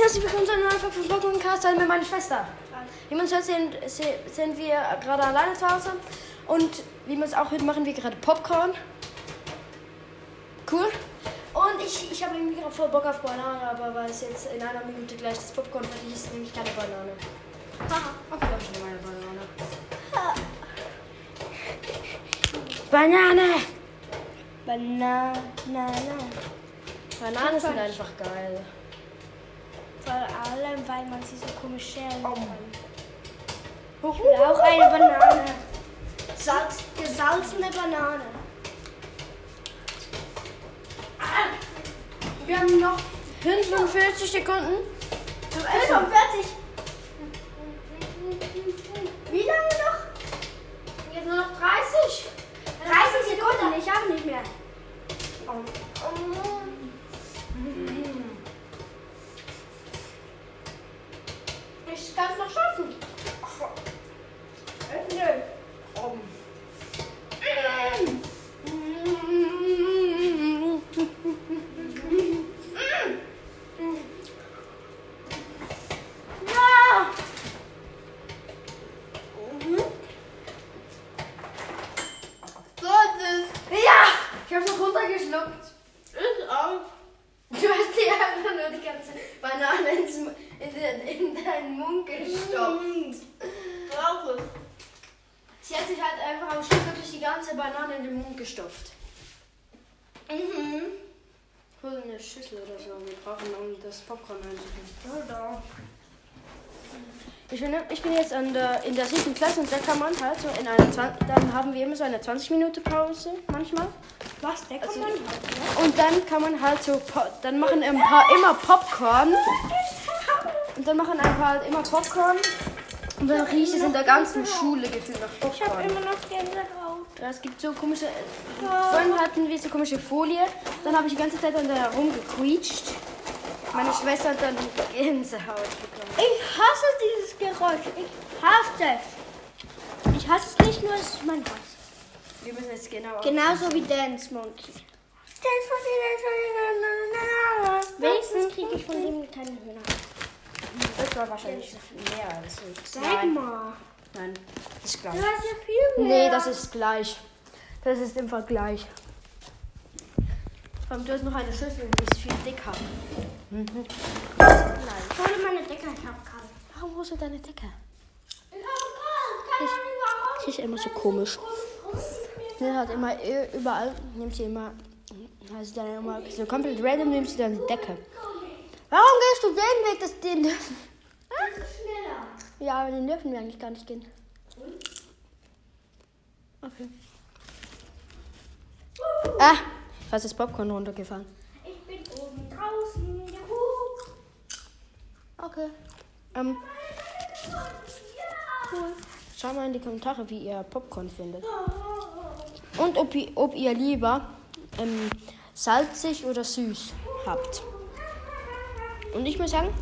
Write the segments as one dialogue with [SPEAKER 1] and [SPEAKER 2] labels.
[SPEAKER 1] herzlich willkommen zu einer neuen Folge von Pokémon Cast mit meiner Schwester. Wie man es hört, sind, sind wir gerade alleine zu Hause. Und wie man es auch hört, machen wir gerade Popcorn. Cool. Und ich, ich habe irgendwie gerade voll Bock auf Banane, aber weil es jetzt in einer Minute gleich das Popcorn verdient, nehme ich keine Banane. Haha, okay, ich nehme meine Banane. Banane!
[SPEAKER 2] Banane.
[SPEAKER 1] Bananen sind einfach geil.
[SPEAKER 2] Vor allem, weil man sie so komisch schälen kann.
[SPEAKER 1] Ich
[SPEAKER 2] Ich will auch eine Banane. Salz, gesalzene Banane.
[SPEAKER 1] Wir haben noch 45 Sekunden.
[SPEAKER 2] 45. Wie lange noch?
[SPEAKER 1] Jetzt nur noch 30.
[SPEAKER 2] 30 Sekunden. Ich habe nicht mehr.
[SPEAKER 1] Ich kann es noch schaffen.
[SPEAKER 2] Ja.
[SPEAKER 1] So ist es. Ja! Ich hab's noch runtergeschluckt. Ich auch. Du hast dir einfach nur die ganze Banane ins, in, den- in deinen Mund gestopft. Brauche. Sie hat sich halt einfach am Schluss wirklich die ganze Banane in den Mund gestopft.
[SPEAKER 2] Mhm.
[SPEAKER 1] Hol eine Schüssel oder so. Wir brauchen, um das Popcorn einzubringen.
[SPEAKER 2] Oder?
[SPEAKER 1] Ich bin, ich bin jetzt an der, in der siebten Klasse und da kann man halt so in einer 20, dann haben wir immer so eine 20-Minute-Pause manchmal.
[SPEAKER 2] Was? Der kommt also, nicht.
[SPEAKER 1] Und dann kann man halt so, po dann machen ein paar immer Popcorn. Und dann machen ein paar halt immer Popcorn. Und dann riecht es in der ganzen Schule gefühlt nach
[SPEAKER 2] Ich habe
[SPEAKER 1] Popcorn.
[SPEAKER 2] immer noch Gänsehaut.
[SPEAKER 1] Ja, es gibt so komische, vorhin hatten wir so komische Folie. Dann habe ich die ganze Zeit an der herumgequietscht. Meine Schwester hat dann Gänsehaut bekommen.
[SPEAKER 2] Ich hasse dieses Geräusch. Ich hasse es. Ich hasse es nicht nur, es ist mein Hass.
[SPEAKER 1] Wir müssen jetzt genau...
[SPEAKER 2] Genauso wie Dance Monkey. Wenigstens kriege ich von dem keinen Hühner.
[SPEAKER 1] Das war wahrscheinlich mehr als ich.
[SPEAKER 2] Sag mal.
[SPEAKER 1] Nein, das ist gleich.
[SPEAKER 2] hast ja viel
[SPEAKER 1] Nee, das ist gleich. Das ist im Vergleich. Komm, du hast noch eine Schüssel, die ist viel dicker.
[SPEAKER 2] Ich hole meine Decke, ich habe kalt.
[SPEAKER 1] Warum holst du deine Decke?
[SPEAKER 2] Ich habe kalt, keine Ahnung warum.
[SPEAKER 1] Die ist immer so komisch. Sie hat immer i- überall, nimmt sie immer, also dann immer so komplett random nimmt sie dann die Decke. Warum gehst du den Weg, das den dürfen?
[SPEAKER 2] Schneller.
[SPEAKER 1] Ja, aber den dürfen wir eigentlich gar nicht gehen. Okay. Ah, fast ist Popcorn runtergefallen.
[SPEAKER 2] Ich bin oben draußen. Juhu.
[SPEAKER 1] Okay. Ähm,
[SPEAKER 2] Ja.
[SPEAKER 1] Schau mal in die Kommentare, wie ihr Popcorn findet. Und ob, ihr- ob ihr lieber ähm, salzig oder süß habt. Und ich muss sagen,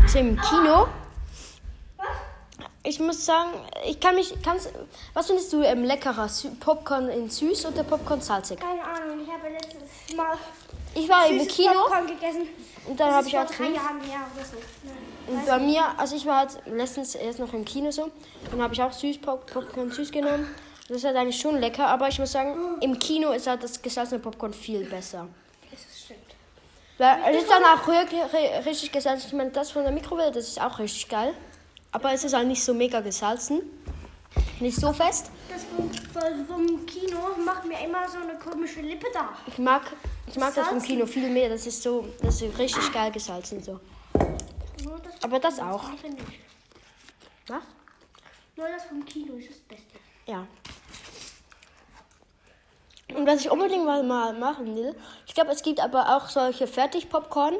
[SPEAKER 1] also im Kino, ich muss sagen, ich kann mich, kannst, was findest du ähm, leckerer, Sü Popcorn in süß oder Popcorn salzig?
[SPEAKER 2] Keine Ahnung, ich habe letztes Mal
[SPEAKER 1] Ich war Ah, im
[SPEAKER 2] süßes
[SPEAKER 1] Kino
[SPEAKER 2] Popcorn gegessen.
[SPEAKER 1] und dann
[SPEAKER 2] Das
[SPEAKER 1] habe
[SPEAKER 2] ist
[SPEAKER 1] ich auch
[SPEAKER 2] vor drei
[SPEAKER 1] süß.
[SPEAKER 2] Jahren her oder so.
[SPEAKER 1] Und bei mir, also ich war halt letztens erst noch im Kino so, dann habe ich auch süß Pop Popcorn süß genommen. Das ist halt eigentlich schon lecker, aber ich muss sagen, im Kino ist halt das gesalzene Popcorn viel besser.
[SPEAKER 2] Das stimmt.
[SPEAKER 1] Weil es ist dann auch wirklich ri- richtig gesalzen. Ich meine, das von der Mikrowelle, das ist auch richtig geil. Aber es ist halt nicht so mega gesalzen. Nicht so fest.
[SPEAKER 2] Das vom, vom- vom Kino macht mir immer so eine komische Lippe da.
[SPEAKER 1] Ich mag, ich mag das vom Kino viel mehr. Das ist so, das ist richtig geil gesalzen so.
[SPEAKER 2] Nur das,
[SPEAKER 1] Aber das auch.
[SPEAKER 2] finde ich.
[SPEAKER 1] Was?
[SPEAKER 2] Nur das vom Kino ist das Beste.
[SPEAKER 1] Ja. Und was ich unbedingt mal, mal machen will, ich glaube, es gibt aber auch solche Fertig-Popcorn.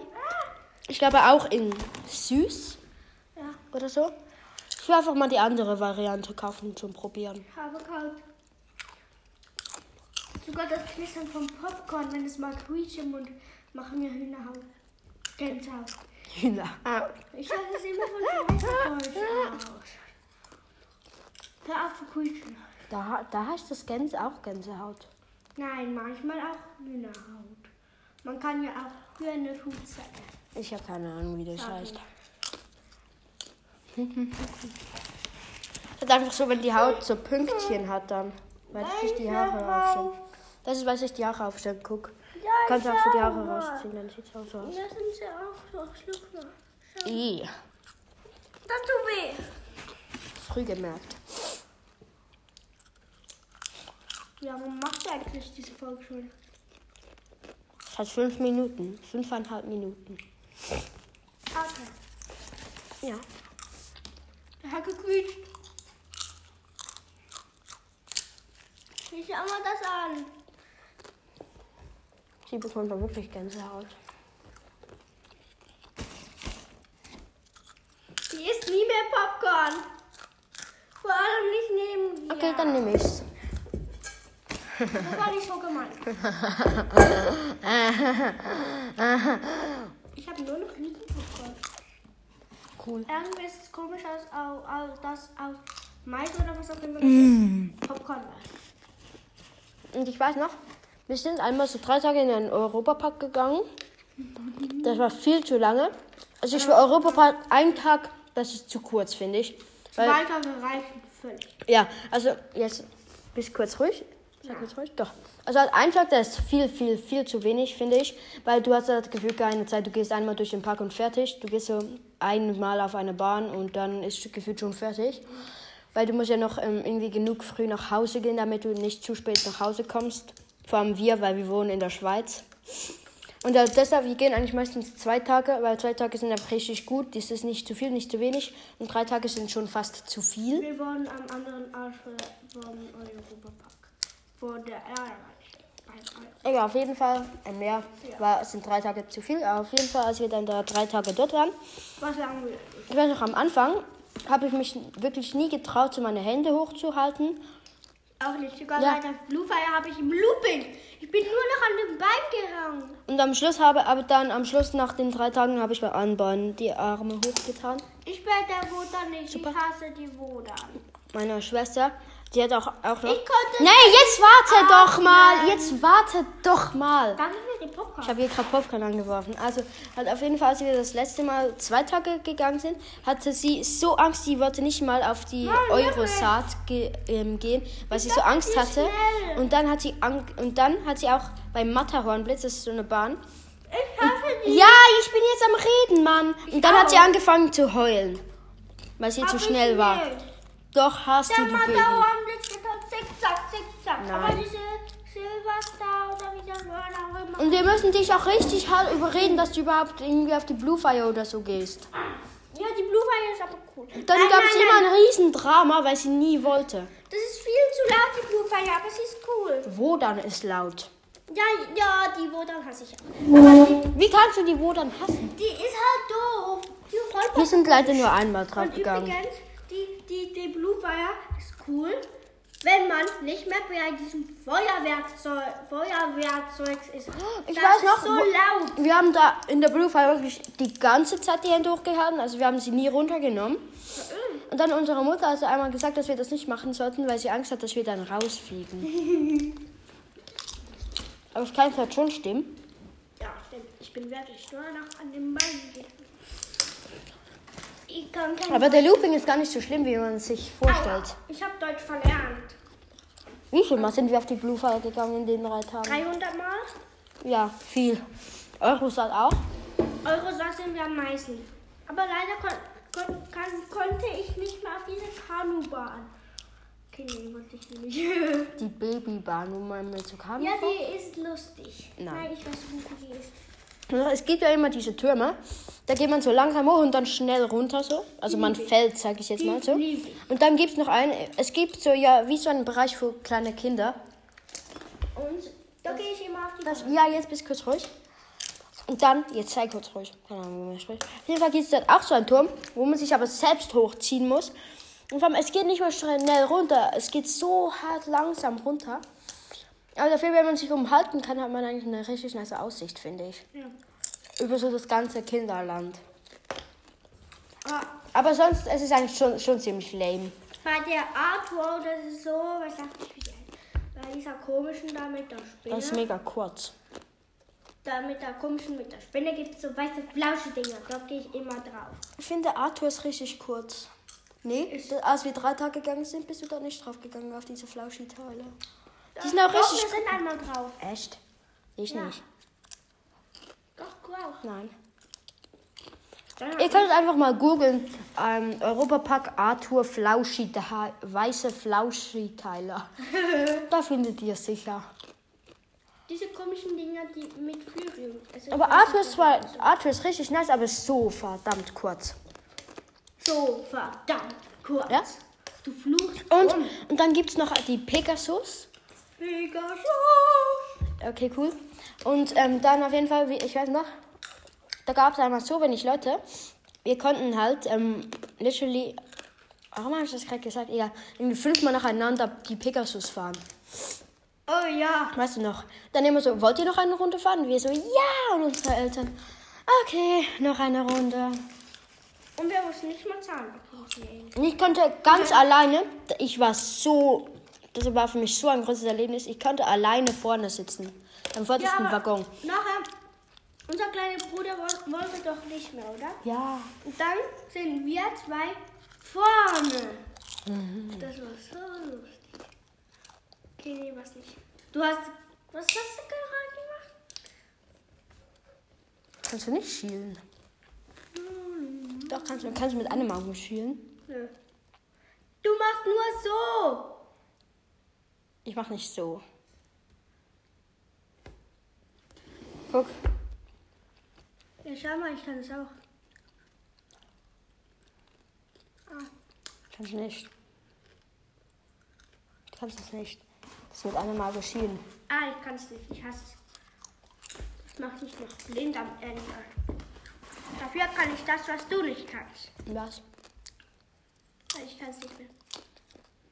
[SPEAKER 1] Ich glaube auch in süß
[SPEAKER 2] Ja,
[SPEAKER 1] oder so. Ich will einfach mal die andere Variante kaufen zum Probieren.
[SPEAKER 2] ich habe kalt. Sogar das Knistern vom Popcorn, wenn es mal quietscht im Mund, machen mir Hühnerhaut. Gänsehaut.
[SPEAKER 1] Hühner. Ah.
[SPEAKER 2] Ich sage es immer von Gänsehaut aus. Hör auf zu quietschen.
[SPEAKER 1] Da, da heißt das Gänse auch Gänsehaut.
[SPEAKER 2] Nein, manchmal auch Hühnerhaut. Man kann ja auch Hühnerhaut sagen.
[SPEAKER 1] Ich habe keine Ahnung, wie das
[SPEAKER 2] Schade.
[SPEAKER 1] heißt. Das ist einfach so, wenn die Haut so Pünktchen hat, dann weil sich die Haare aufstellen. Das ist, weil sich die Haare aufstellen. Guck.
[SPEAKER 2] Ja,
[SPEAKER 1] Du kannst auch so die Haare
[SPEAKER 2] mal.
[SPEAKER 1] rausziehen, dann sieht es auch so aus.
[SPEAKER 2] Das sind sie auch so Schlüpfer.
[SPEAKER 1] I.
[SPEAKER 2] Das tut weh.
[SPEAKER 1] Früh gemerkt.
[SPEAKER 2] Ja, warum macht ihr eigentlich diese Folge schon?
[SPEAKER 1] Es hat fünf Minuten. Fünfeinhalb Minuten.
[SPEAKER 2] Okay.
[SPEAKER 1] Ja.
[SPEAKER 2] Der hat gequietscht. Ich schau mal das an.
[SPEAKER 1] Sie bekommt dann wirklich Gänsehaut.
[SPEAKER 2] Die isst nie mehr Popcorn. Vor allem nicht neben dir.
[SPEAKER 1] Okay, dann nehme ich's.
[SPEAKER 2] Das war nicht so gemeint. ich habe nur noch nie Popcorn.
[SPEAKER 1] Cool.
[SPEAKER 2] Irgendwie ist es komisch aus, au- au- dass aus Mais oder was auch immer
[SPEAKER 1] Mm.
[SPEAKER 2] das Popcorn war.
[SPEAKER 1] Und ich weiß noch, wir sind einmal so drei Tage in den Europapark gegangen. Das war viel zu lange. Also ich für Europapark einen Tag, das ist zu kurz, finde ich. Weil,
[SPEAKER 2] Weiter gereichen völlig.
[SPEAKER 1] ja, also jetzt bist du kurz ruhig. Sei kurz ruhig. Doch. Also halt ein Tag, das ist viel, viel, viel zu wenig, finde ich. Weil du hast das Gefühl, keine Zeit, du gehst einmal durch den Park und fertig. Du gehst so einmal auf eine Bahn und dann ist das Gefühl schon fertig. Weil du musst ja noch ähm, irgendwie genug früh nach Hause gehen, damit du nicht zu spät nach Hause kommst. Vor allem wir, weil wir wohnen in der Schweiz. Und da- deshalb, wir gehen eigentlich meistens zwei Tage, weil zwei Tage sind einfach richtig gut. Das ist nicht zu viel, nicht zu wenig. Und drei Tage sind schon fast zu viel.
[SPEAKER 2] Wir wurden am anderen Arsch vom Europapark. Wo der Ärger war.
[SPEAKER 1] Egal, auf jeden Fall ein Meer. War, es sind drei Tage zu viel, aber auf jeden Fall, als wir dann da drei Tage dort waren,
[SPEAKER 2] Was sagen wir?
[SPEAKER 1] ich weiß noch, am Anfang habe ich mich wirklich nie getraut, so meine Hände hochzuhalten.
[SPEAKER 2] Auch nicht. Sogar
[SPEAKER 1] Ja.
[SPEAKER 2] bei der Blue Fire habe ich im Looping. Ich bin nur noch an dem Bein gehangen.
[SPEAKER 1] Und am Schluss habe, aber dann am Schluss nach den drei Tagen habe ich bei Anbahn die Arme hochgetan.
[SPEAKER 2] Ich bin der Woda nicht.
[SPEAKER 1] Super.
[SPEAKER 2] Ich hasse die Woda.
[SPEAKER 1] Meine Schwester, die hat auch, auch noch...
[SPEAKER 2] Ich konnte-
[SPEAKER 1] Nein, jetzt warte
[SPEAKER 2] Ah,
[SPEAKER 1] doch mal!
[SPEAKER 2] nein.
[SPEAKER 1] Jetzt warte doch mal!
[SPEAKER 2] Danke für die
[SPEAKER 1] Ich
[SPEAKER 2] Popcorn.
[SPEAKER 1] habe hier gerade Popcorn angeworfen. Also, halt auf jeden Fall, als wir das letzte Mal zwei Tage gegangen sind, hatte sie so Angst, sie wollte nicht mal auf die Eurosat ge ähm, gehen, weil sie so Angst hatte.
[SPEAKER 2] schnell.
[SPEAKER 1] Und dann hat sie Ang und dann hat sie auch beim Matterhornblitz, das ist so eine Bahn.
[SPEAKER 2] Mhm. Ich hasse die.
[SPEAKER 1] Ja, ich bin jetzt am Reden, Mann. Und dann hat sie
[SPEAKER 2] auch.
[SPEAKER 1] angefangen zu heulen, weil sie
[SPEAKER 2] Hab
[SPEAKER 1] zu
[SPEAKER 2] ich
[SPEAKER 1] schnell war.
[SPEAKER 2] nicht.
[SPEAKER 1] Doch hast
[SPEAKER 2] Der
[SPEAKER 1] du, du Baby.
[SPEAKER 2] Matterhornblitz geht auf Zickzack, Zickzack.
[SPEAKER 1] Nein.
[SPEAKER 2] Aber diese Silverstar oder wie das war, auch immer.
[SPEAKER 1] Und wir müssen dich auch richtig hart überreden, dass du überhaupt irgendwie auf die Blue Fire oder so gehst.
[SPEAKER 2] Ja, die Blue Fire ist aber cool.
[SPEAKER 1] Dann
[SPEAKER 2] Nein,
[SPEAKER 1] gab es
[SPEAKER 2] nein,
[SPEAKER 1] immer
[SPEAKER 2] nein.
[SPEAKER 1] ein Riesendrama, weil sie nie wollte.
[SPEAKER 2] Das ist viel zu laut, die Blue Fire, aber sie ist cool.
[SPEAKER 1] Wo dann ist laut.
[SPEAKER 2] Ja, ja, die Wodan hasse ich auch.
[SPEAKER 1] Wie kannst du die Wo dann hassen?
[SPEAKER 2] Die ist halt doof. Die rollt
[SPEAKER 1] Wir sind leider nur einmal drauf
[SPEAKER 2] Und
[SPEAKER 1] gegangen.
[SPEAKER 2] übrigens, die, die, die Blue Fire ist cool, wenn man nicht mehr bei diesem Feuerwerkzeug, Feuerwerkzeugs ist.
[SPEAKER 1] Ich
[SPEAKER 2] das
[SPEAKER 1] weiß
[SPEAKER 2] ist
[SPEAKER 1] noch,
[SPEAKER 2] so
[SPEAKER 1] wo-
[SPEAKER 2] laut.
[SPEAKER 1] Wir haben da in der Blue Fire wirklich die ganze Zeit die Hände hochgehalten, also wir haben sie nie runtergenommen. Und dann unsere Mutter hat einmal gesagt, dass wir das nicht machen sollten, weil sie Angst hat, dass wir dann rausfliegen. Aber es kann halt schon stimmen.
[SPEAKER 2] Ja, stimmt. Ich bin wirklich nur noch an dem Bein gegangen. Ich kann kein
[SPEAKER 1] Aber der Looping ist gar nicht so schlimm, wie man es sich vorstellt.
[SPEAKER 2] Ich habe Deutsch verlernt.
[SPEAKER 1] Wie viel Mal sind wir auf die Blue Fire gegangen in den drei Tagen?
[SPEAKER 2] 300 Mal.
[SPEAKER 1] Ja, viel. Eurostat auch.
[SPEAKER 2] Eurosat sind wir am meisten. Aber leider kon kon kann, konnte ich nicht mehr auf diese Kanubahn. Okay, nee, wollte ich nicht. ja,
[SPEAKER 1] Die Babybahn, wo man mit so kam.
[SPEAKER 2] die ist lustig.
[SPEAKER 1] Nein.
[SPEAKER 2] ich weiß nicht, wie die ist.
[SPEAKER 1] Es gibt ja immer diese Türme. Da geht man so langsam hoch und dann schnell runter so. Also man fällt, sage ich jetzt mal so.
[SPEAKER 2] liebe
[SPEAKER 1] Und dann gibt es noch einen. Es gibt so ja wie so einen Bereich für kleine Kinder.
[SPEAKER 2] Und da gehe ich immer auf die
[SPEAKER 1] Das, ja, jetzt bist du kurz ruhig. Und dann, jetzt sei kurz ruhig. Keine Ahnung, wo man spricht. Auf jeden Fall gibt es dort auch so einen Turm, wo man sich aber selbst hochziehen muss. Und vor allem, es geht nicht mal schnell runter. Es geht so hart langsam runter. Aber dafür, wenn man sich umhalten kann, hat man eigentlich eine richtig nice Aussicht, finde ich.
[SPEAKER 2] Ja.
[SPEAKER 1] Über so das ganze Kinderland.
[SPEAKER 2] Ah,
[SPEAKER 1] Aber sonst, es ist eigentlich schon, schon ziemlich lame.
[SPEAKER 2] Bei der Artworld, das ist so, was sagt ich wieder? Bei dieser komischen da mit der Spinne.
[SPEAKER 1] Das ist mega kurz.
[SPEAKER 2] da mit der komischen, mit der Spinne gibt es so weiße Flauschdinger. Da gehe ich immer drauf.
[SPEAKER 1] Ich finde, Arthur ist richtig kurz. Nee, das- als wir drei Tage gegangen sind, bist du da nicht drauf gegangen auf diese Flauschi-Teile. Die sind auch
[SPEAKER 2] Doch,
[SPEAKER 1] richtig
[SPEAKER 2] wir sind einmal drauf.
[SPEAKER 1] Echt? Ich
[SPEAKER 2] Ja.
[SPEAKER 1] nicht.
[SPEAKER 2] Doch, drauf.
[SPEAKER 1] Nein.
[SPEAKER 2] Dann
[SPEAKER 1] Ihr könnt einfach mal googeln. Ähm, Europapark Arthur Flauschi, weiße Flauschi-Teile. da findet ihr es sicher.
[SPEAKER 2] diese komischen Dinger, die mit Flügeln. Also
[SPEAKER 1] Aber Arthur ist zwar, Arthur ist richtig nice, aber ist so verdammt kurz.
[SPEAKER 2] So verdammt kurz.
[SPEAKER 1] Ja?
[SPEAKER 2] Du fluchst.
[SPEAKER 1] Und, und dann gibt es noch die Pegasus.
[SPEAKER 2] Pegasus.
[SPEAKER 1] Okay, cool. Und ähm, dann auf jeden Fall, wie- ich weiß noch, da gab es einmal so wenig Leute. Wir konnten halt ähm, literally, warum habe ich das gerade gesagt? Egal, irgendwie fünfmal nacheinander die Pegasus fahren.
[SPEAKER 2] Oh ja.
[SPEAKER 1] Weißt du noch? Dann immer so, wollt ihr noch eine Runde fahren? Wir so, ja! Und unsere Eltern, okay, noch eine Runde.
[SPEAKER 2] Und wir mussten nicht mal zahlen. Okay.
[SPEAKER 1] Und ich konnte ganz alleine, ich war so, das war für mich so ein großes Erlebnis, ich konnte alleine vorne sitzen. Im vordersten Waggon.
[SPEAKER 2] nachher, unser kleiner Bruder woll- wollte doch nicht mehr, oder?
[SPEAKER 1] Ja.
[SPEAKER 2] Und dann sind wir zwei vorne.
[SPEAKER 1] Mhm.
[SPEAKER 2] Das war so lustig. Okay, nee, was nicht. Du hast, was hast du gerade gemacht?
[SPEAKER 1] Kannst du nicht schielen? Doch, kannst du. Kannst du mit einem Auge schielen?
[SPEAKER 2] Nö. Du machst nur so.
[SPEAKER 1] Ich mach nicht so. Guck.
[SPEAKER 2] Ja, schau mal, ich kann es auch.
[SPEAKER 1] Kannst du nicht. Du kannst es nicht. Das mit einem Auge schielen.
[SPEAKER 2] Ah, ich kann es nicht. Ich hasse es. Das macht mich noch blind am Ende. Dafür kann ich das, was du nicht kannst.
[SPEAKER 1] Was?
[SPEAKER 2] Also Ich kann es nicht mehr.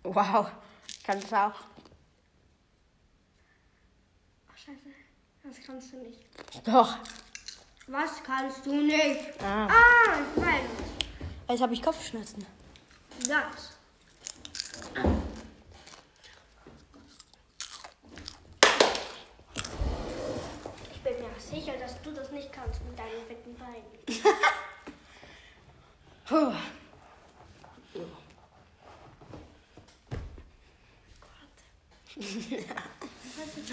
[SPEAKER 1] Wow. Kannst du auch.
[SPEAKER 2] Ach, scheiße. Das kannst du nicht.
[SPEAKER 1] Doch.
[SPEAKER 2] Was kannst du nicht?
[SPEAKER 1] Ah.
[SPEAKER 2] Ah, ich weiß.
[SPEAKER 1] Jetzt habe ich Kopfschmerzen.
[SPEAKER 2] Das. Ich bin mir sicher, dass du das nicht kannst mit deinen fetten Beinen.
[SPEAKER 1] Puh.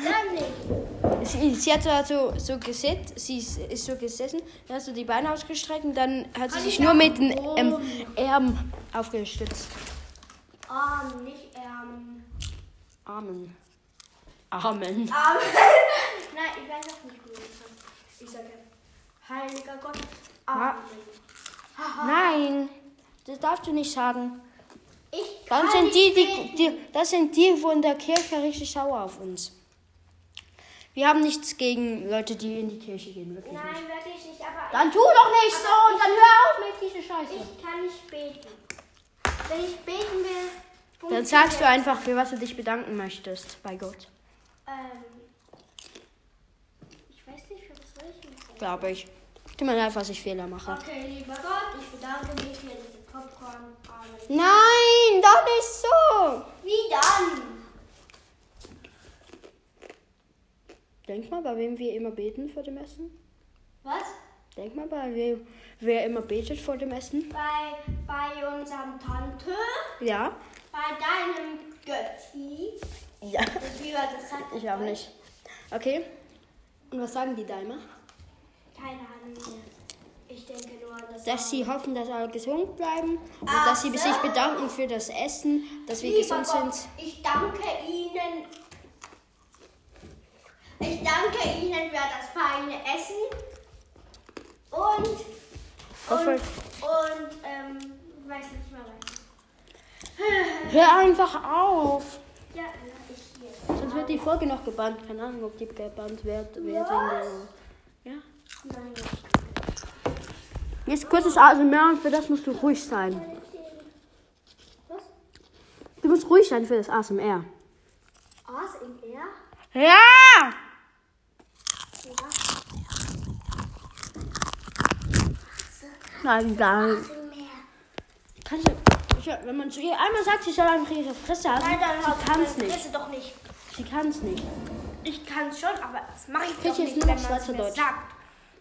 [SPEAKER 2] Dann nicht.
[SPEAKER 1] Sie, sie hat so, so, so gesessen, sie ist, ist so gesessen, dann hat sie die Beine ausgestreckt und dann hat sie sich nur mit den ähm, Armen aufgestützt.
[SPEAKER 2] Arm, Ähm, nicht Arm.
[SPEAKER 1] Amen. Amen.
[SPEAKER 2] Arm. Nein, ich weiß auch nicht, wie man das sagt. Ich sage, heiliger Gott. Amen.
[SPEAKER 1] Nein, das darfst du nicht sagen.
[SPEAKER 2] Ich kann
[SPEAKER 1] Dann sind
[SPEAKER 2] nicht
[SPEAKER 1] die, die,
[SPEAKER 2] beten.
[SPEAKER 1] die, das sind die von der Kirche richtig sauer auf uns. Wir haben nichts gegen Leute, die in die Kirche gehen, wirklich nicht.
[SPEAKER 2] Nein, wirklich nicht, aber
[SPEAKER 1] Dann tu doch nicht so und dann hör auf mit dieser Scheiße.
[SPEAKER 2] ich kann nicht beten. Wenn ich beten will,
[SPEAKER 1] Dann sagst du einfach, für was du dich bedanken möchtest bei Gott.
[SPEAKER 2] Ähm, ich weiß nicht, für was soll ich denn sagen?
[SPEAKER 1] Glaube ich. Tut mir leid, was ich Fehler mache.
[SPEAKER 2] Okay, lieber Gott, ich bedanke mich für diese Popcorn. Amen.
[SPEAKER 1] Nein, doch nicht so.
[SPEAKER 2] Wie dann?
[SPEAKER 1] Denk mal, bei wem wir immer beten vor dem Essen.
[SPEAKER 2] Was?
[SPEAKER 1] Denk mal, bei wem wer immer betet vor dem Essen.
[SPEAKER 2] Bei, bei unserem Tante,
[SPEAKER 1] Ja.
[SPEAKER 2] bei deinem Götti.
[SPEAKER 1] Ja.
[SPEAKER 2] Wie war das? Sagt
[SPEAKER 1] Ich habe nicht. Okay. Und was sagen die da immer?
[SPEAKER 2] Keine Ahnung mehr. Ich denke nur an das.
[SPEAKER 1] Dass sie hoffen, dass alle gesund bleiben und
[SPEAKER 2] Ach
[SPEAKER 1] dass sie
[SPEAKER 2] so.
[SPEAKER 1] sich bedanken für das Essen, dass wir
[SPEAKER 2] Lieber
[SPEAKER 1] gesund
[SPEAKER 2] Gott,
[SPEAKER 1] sind.
[SPEAKER 2] ich danke Ihnen. Ich danke Ihnen für das feine Essen. Und.
[SPEAKER 1] Hoffe-
[SPEAKER 2] Und. Und. Ähm, weiß nicht mal weiter.
[SPEAKER 1] Hör einfach auf.
[SPEAKER 2] Ja, Anna, ich hier.
[SPEAKER 1] Sonst wird die Folge noch gebannt. Keine Ahnung, ob die gebannt wird. wird
[SPEAKER 2] Was?
[SPEAKER 1] ja.
[SPEAKER 2] Nein,
[SPEAKER 1] Jetzt kurzes ASMR und für das musst du ruhig sein.
[SPEAKER 2] Was?
[SPEAKER 1] Du musst ruhig sein für das ASMR.
[SPEAKER 2] Aas in R?
[SPEAKER 1] Ja!
[SPEAKER 2] Ja.
[SPEAKER 1] Nein, nein.
[SPEAKER 2] Aas in Meer.
[SPEAKER 1] Kannst du, ich, wenn man zu ihr einmal sagt, sie soll einfach ihre Fresse haben,
[SPEAKER 2] Nein, dann
[SPEAKER 1] sie kann es nicht.
[SPEAKER 2] Bitte doch nicht.
[SPEAKER 1] Sie kann es nicht.
[SPEAKER 2] Ich kann es schon, aber das mache ich
[SPEAKER 1] krieg
[SPEAKER 2] doch
[SPEAKER 1] jetzt
[SPEAKER 2] nicht,
[SPEAKER 1] nur
[SPEAKER 2] wenn
[SPEAKER 1] noch
[SPEAKER 2] man es mir
[SPEAKER 1] Schweizerdeutsch.
[SPEAKER 2] sagt.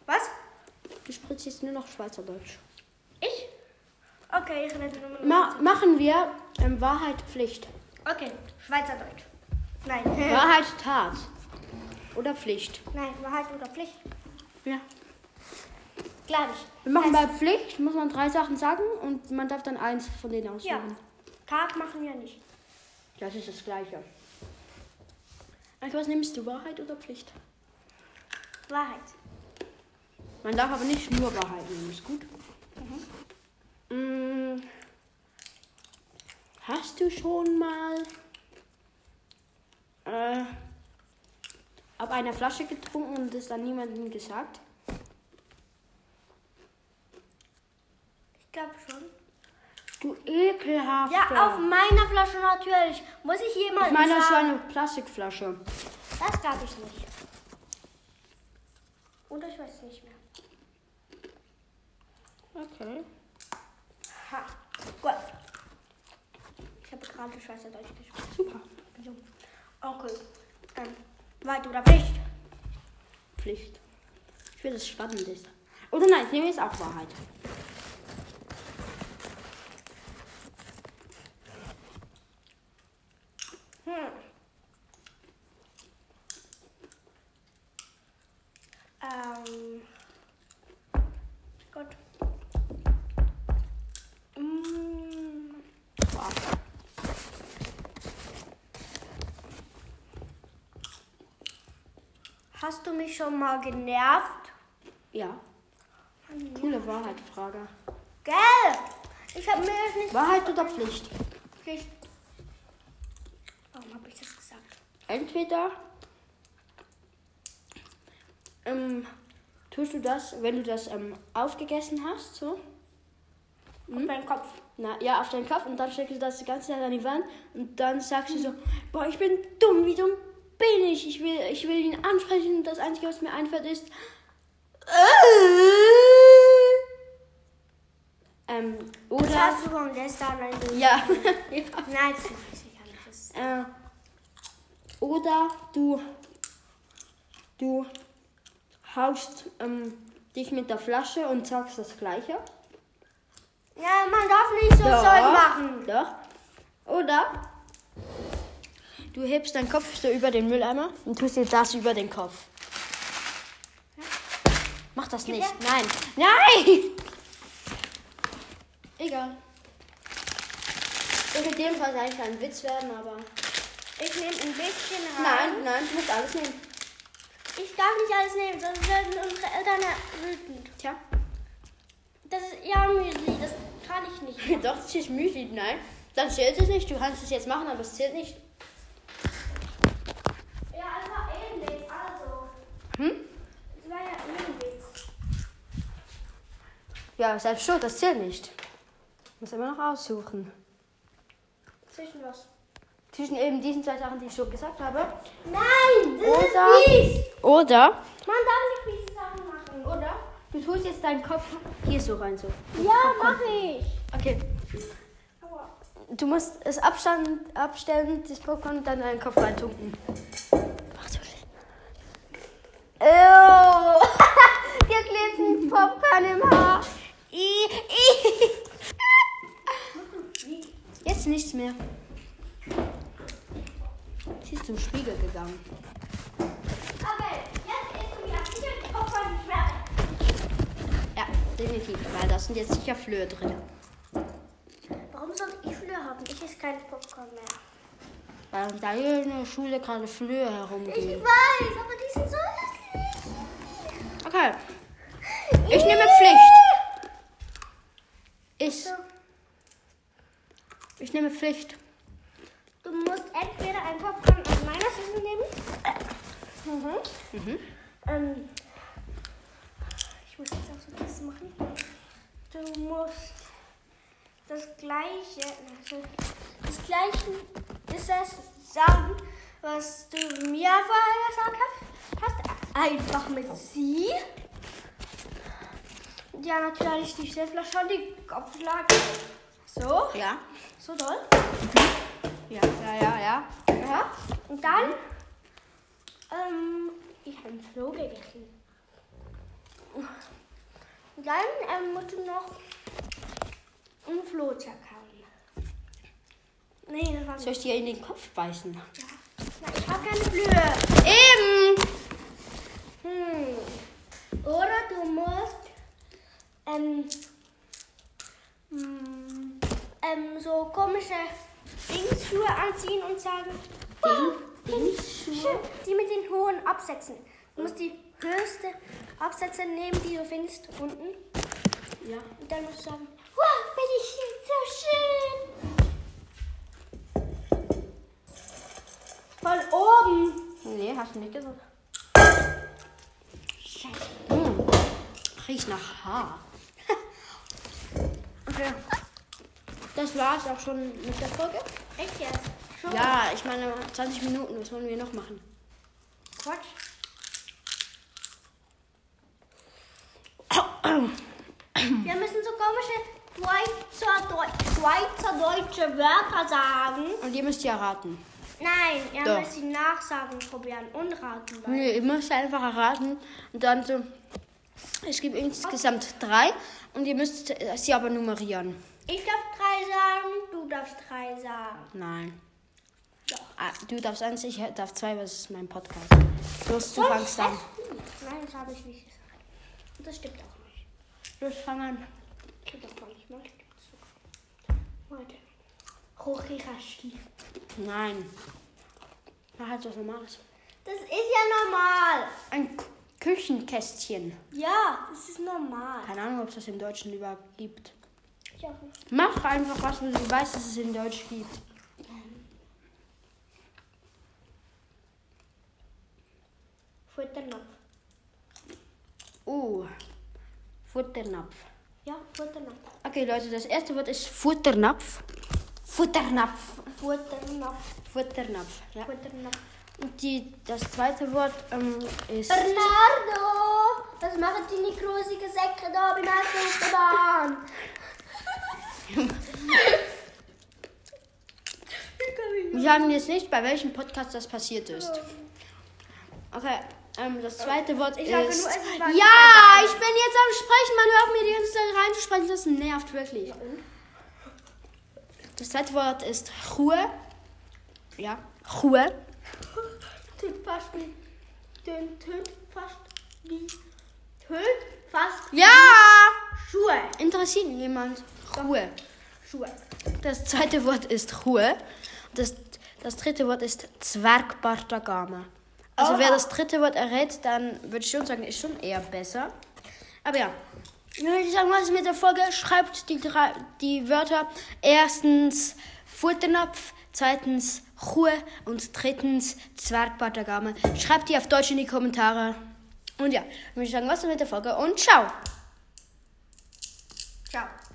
[SPEAKER 2] Was?
[SPEAKER 1] Du sprichst jetzt nur noch Schweizerdeutsch.
[SPEAKER 2] Ich? Okay, ich rede nur noch.
[SPEAKER 1] Ma machen wir ähm, Wahrheit Pflicht.
[SPEAKER 2] Okay, Schweizerdeutsch. Nein.
[SPEAKER 1] Wahrheit Tat. Oder Pflicht.
[SPEAKER 2] Nein, Wahrheit oder Pflicht?
[SPEAKER 1] Ja.
[SPEAKER 2] Glaube ich.
[SPEAKER 1] Wir machen bei Pflicht, muss man drei Sachen sagen und man darf dann eins von denen
[SPEAKER 2] Ja.
[SPEAKER 1] aussuchen.
[SPEAKER 2] Tag machen wir nicht.
[SPEAKER 1] Das ist das Gleiche. Also was nimmst du, Wahrheit oder Pflicht?
[SPEAKER 2] Wahrheit.
[SPEAKER 1] Man darf aber nicht nur Wahrheit nehmen, ist gut. Mm. Hast du schon mal äh, ab einer Flasche getrunken und es dann niemandem gesagt?
[SPEAKER 2] Ich glaube schon.
[SPEAKER 1] Du ekelhafter.
[SPEAKER 2] Ja, auf meiner Flasche natürlich. Muss ich
[SPEAKER 1] Ich
[SPEAKER 2] jemandem
[SPEAKER 1] meine, das war
[SPEAKER 2] sagen?
[SPEAKER 1] eine Plastikflasche.
[SPEAKER 2] Das glaube ich nicht. Und ich weiß nicht mehr.
[SPEAKER 1] Okay.
[SPEAKER 2] Ha. Gut. Ich habe gerade Schweizerdeutsch gesprochen.
[SPEAKER 1] Super.
[SPEAKER 2] So. Okay. Ähm, Wahrheit oder Pflicht?
[SPEAKER 1] Pflicht. Ich will das Spannendes. Oder nein, ich nehme jetzt auch Wahrheit.
[SPEAKER 2] Hm. Ähm. Gut. Mm.
[SPEAKER 1] Wow.
[SPEAKER 2] Hast du mich schon mal genervt?
[SPEAKER 1] Ja.
[SPEAKER 2] Hm,
[SPEAKER 1] Coole Wahrheitfrage.
[SPEAKER 2] Gell? Ich habe mir das nicht
[SPEAKER 1] Wahrheit oder Pflicht?
[SPEAKER 2] gekriegt. Warum habe ich das gesagt?
[SPEAKER 1] Entweder ähm, tust du das, wenn du das ähm, aufgegessen hast, so, Hm?
[SPEAKER 2] Auf meinen Kopf.
[SPEAKER 1] na, ja, auf deinen Kopf und dann steckst du das die ganze Zeit an die Wand und dann sagst du so, boah, ich bin dumm, wie dumm bin ich? Ich will, ich will ihn ansprechen und das Einzige, was mir einfällt, ist. äh, Ähm,
[SPEAKER 2] Das
[SPEAKER 1] oder.
[SPEAKER 2] hast du von gestern. Nein,
[SPEAKER 1] Ja. ja.
[SPEAKER 2] nein das weiß ich ja nicht. Das ist-
[SPEAKER 1] Äh, oder du, du haust ähm, dich mit der Flasche und sagst das Gleiche.
[SPEAKER 2] Ja, man darf nicht so Zeug machen.
[SPEAKER 1] Doch. Oder du hebst deinen Kopf so über den Mülleimer und tust dir das über den Kopf. Mach das nicht. Nein. Nein! Egal. Das mit dem Fall eigentlich ein Witz werden, aber.
[SPEAKER 2] Ich nehme ein bisschen rein.
[SPEAKER 1] Nein, nein, du musst alles nehmen.
[SPEAKER 2] Ich darf nicht alles nehmen, sonst werden unsere Eltern wütend.
[SPEAKER 1] Tja.
[SPEAKER 2] Das ist ja mühselig, das kann ich nicht.
[SPEAKER 1] Doch, das ist Müsli, nein. Dann zählt es nicht. Du kannst es jetzt machen, aber es zählt nicht.
[SPEAKER 2] Ja, es war ähnlich, also.
[SPEAKER 1] Hm?
[SPEAKER 2] Es war ja ähnlich.
[SPEAKER 1] Ja, selbst schon, das zählt nicht. Muss immer noch aussuchen.
[SPEAKER 2] Zwischen was?
[SPEAKER 1] Zwischen eben diesen zwei Sachen, die ich schon gesagt habe.
[SPEAKER 2] Nein, das
[SPEAKER 1] Oder-
[SPEAKER 2] ist fies.
[SPEAKER 1] Oder
[SPEAKER 2] Man darf nicht fiese Sachen machen, oder?
[SPEAKER 1] du tust jetzt deinen Kopf hier so rein. So.
[SPEAKER 2] Ja, mache ich.
[SPEAKER 1] Okay.
[SPEAKER 2] Aua.
[SPEAKER 1] Du musst es abstand, abstellen, das Popcorn und dann deinen Kopf reintunken. Mach so.
[SPEAKER 3] Ew. Geklebten Popcorn im Haar. I, I.
[SPEAKER 1] Jetzt nichts mehr. Sie ist zum Spiegel gegangen.
[SPEAKER 2] Aber jetzt ist mir sicher die Kopfhörer nicht mehr.
[SPEAKER 1] Ja, definitiv, weil da sind jetzt sicher Flöhe drin.
[SPEAKER 2] Warum soll ich Flöhe haben? Ich esse keinen Popcorn mehr.
[SPEAKER 1] Weil da hier in der Schule gerade Flöhe herumgehen.
[SPEAKER 2] weiß, aber die sind so hässlich.
[SPEAKER 1] Okay. Ich nehme Pflicht. Ich.
[SPEAKER 2] Also,
[SPEAKER 1] Ich nehme Pflicht.
[SPEAKER 2] Du musst entweder ein Popcorn aus meiner Schüssel nehmen. Mhm. Ähm, ich muss jetzt auch so das machen. Du musst das gleiche, also das gleiche ist das sagen, was du mir vorher gesagt hast. Hast einfach mit sie. Ja, natürlich die Schnittflasche und die Kopflage. So,
[SPEAKER 1] Ja.
[SPEAKER 2] so doll.
[SPEAKER 1] Ja, ja, ja, ja.
[SPEAKER 2] Ja, und dann Ähm, ich habe einen Floh gegessen. Dann ähm, musst du noch einen Floh zerkauen. Nee, das war
[SPEAKER 1] Soll
[SPEAKER 2] nicht.
[SPEAKER 1] ich dir in den Kopf beißen?
[SPEAKER 2] Nein, ich habe keine Blöhe.
[SPEAKER 1] Eben!
[SPEAKER 2] Hm. Oder du musst ähm, hm, ähm, so komische Dingsschuhe anziehen und sagen, wow, Dingsschuhe? Die mit den hohen Absätzen. Du musst die höchste Absätze nehmen, die du findest, unten.
[SPEAKER 3] Ja.
[SPEAKER 2] Und dann musst du sagen, wow, bin ich so schön. Von oben.
[SPEAKER 1] Nee, hast du nicht gesagt.
[SPEAKER 2] Scheiße.
[SPEAKER 1] Hm. Riecht nach Haar.
[SPEAKER 2] Okay.
[SPEAKER 1] Das war's auch schon mit der Folge.
[SPEAKER 2] Echt jetzt? Schon?
[SPEAKER 1] Ja, ich meine 20 Minuten, was wollen wir noch machen?
[SPEAKER 2] Quatsch. Wir müssen so komische Schweizerdeut schweizerdeutsche Wörter sagen.
[SPEAKER 1] Und ihr müsst ja raten.
[SPEAKER 2] Nein, wir
[SPEAKER 1] Doch.
[SPEAKER 2] müssen die Nachsagen probieren und raten. dann.
[SPEAKER 1] Nee, ihr müsst einfach erraten und dann so. Es gibt insgesamt drei und ihr müsst äh, sie aber nummerieren.
[SPEAKER 2] Ich darf drei sagen, du darfst drei sagen.
[SPEAKER 1] Nein.
[SPEAKER 2] Doch.
[SPEAKER 1] Ah, du darfst eins, ich darf zwei, weil es ist mein Podcast. Los, du
[SPEAKER 2] Und
[SPEAKER 1] fangst an.
[SPEAKER 2] es- Nein, das habe ich nicht gesagt. Und das stimmt auch nicht.
[SPEAKER 1] Los, fang an.
[SPEAKER 2] Ich habe das gar nicht mal stimmt sogar. Warte. Hochhierarchie.
[SPEAKER 1] Nein. Mach halt was Normales.
[SPEAKER 2] Das ist ja normal.
[SPEAKER 1] Ein K Küchenkästchen.
[SPEAKER 2] Ja, das ist normal.
[SPEAKER 1] Keine Ahnung, ob es das im Deutschen überhaupt gibt.
[SPEAKER 2] Ich auch nicht.
[SPEAKER 1] Mach einfach was, wo du weißt, dass es in Deutsch gibt.
[SPEAKER 2] Futternapf.
[SPEAKER 1] Oh. Futternapf.
[SPEAKER 2] Ja, Futternapf.
[SPEAKER 1] Okay, Leute, das erste Wort ist Futternapf. Futternapf.
[SPEAKER 2] Futternapf.
[SPEAKER 1] Futternapf, ja.
[SPEAKER 2] Futternapf.
[SPEAKER 1] Und die, das zweite Wort ähm, ist...
[SPEAKER 2] Bernardo! Was machen deine grusigen Säcke da bei meiner Autobahn?
[SPEAKER 1] Wir haben jetzt nicht, bei welchem Podcast das passiert ist. Okay, ähm, das zweite Wort
[SPEAKER 2] Ich
[SPEAKER 1] ist...
[SPEAKER 2] habe nur Essen war-
[SPEAKER 1] ja, ich bin jetzt am Sprechen, man hört mir die ganze Zeit reinzusprechen, das nervt wirklich. Das zweite Wort ist Ruhe. Ja, Ruhe.
[SPEAKER 2] Tönt fast wie. Tönt, tönt fast wie. Tönt fast
[SPEAKER 1] Ja!
[SPEAKER 2] Schuhe.
[SPEAKER 1] Interessiert jemand? Ruhe.
[SPEAKER 2] Schuhe.
[SPEAKER 1] Das zweite Wort ist Ruhe. Das, das dritte Wort ist Zwergbartagame. Also wer das dritte Wort errät, dann würde ich schon sagen, ist schon eher besser. Aber ja, dann würde ich sagen, was ist mit der Folge? Schreibt die, drei, die Wörter. Erstens Futternapf, zweitens Ruhe und drittens Zwergbartagame. Schreibt die auf Deutsch in die Kommentare. Und ja, dann würde ich sagen, was ist mit der Folge und ciao.
[SPEAKER 2] Ciao.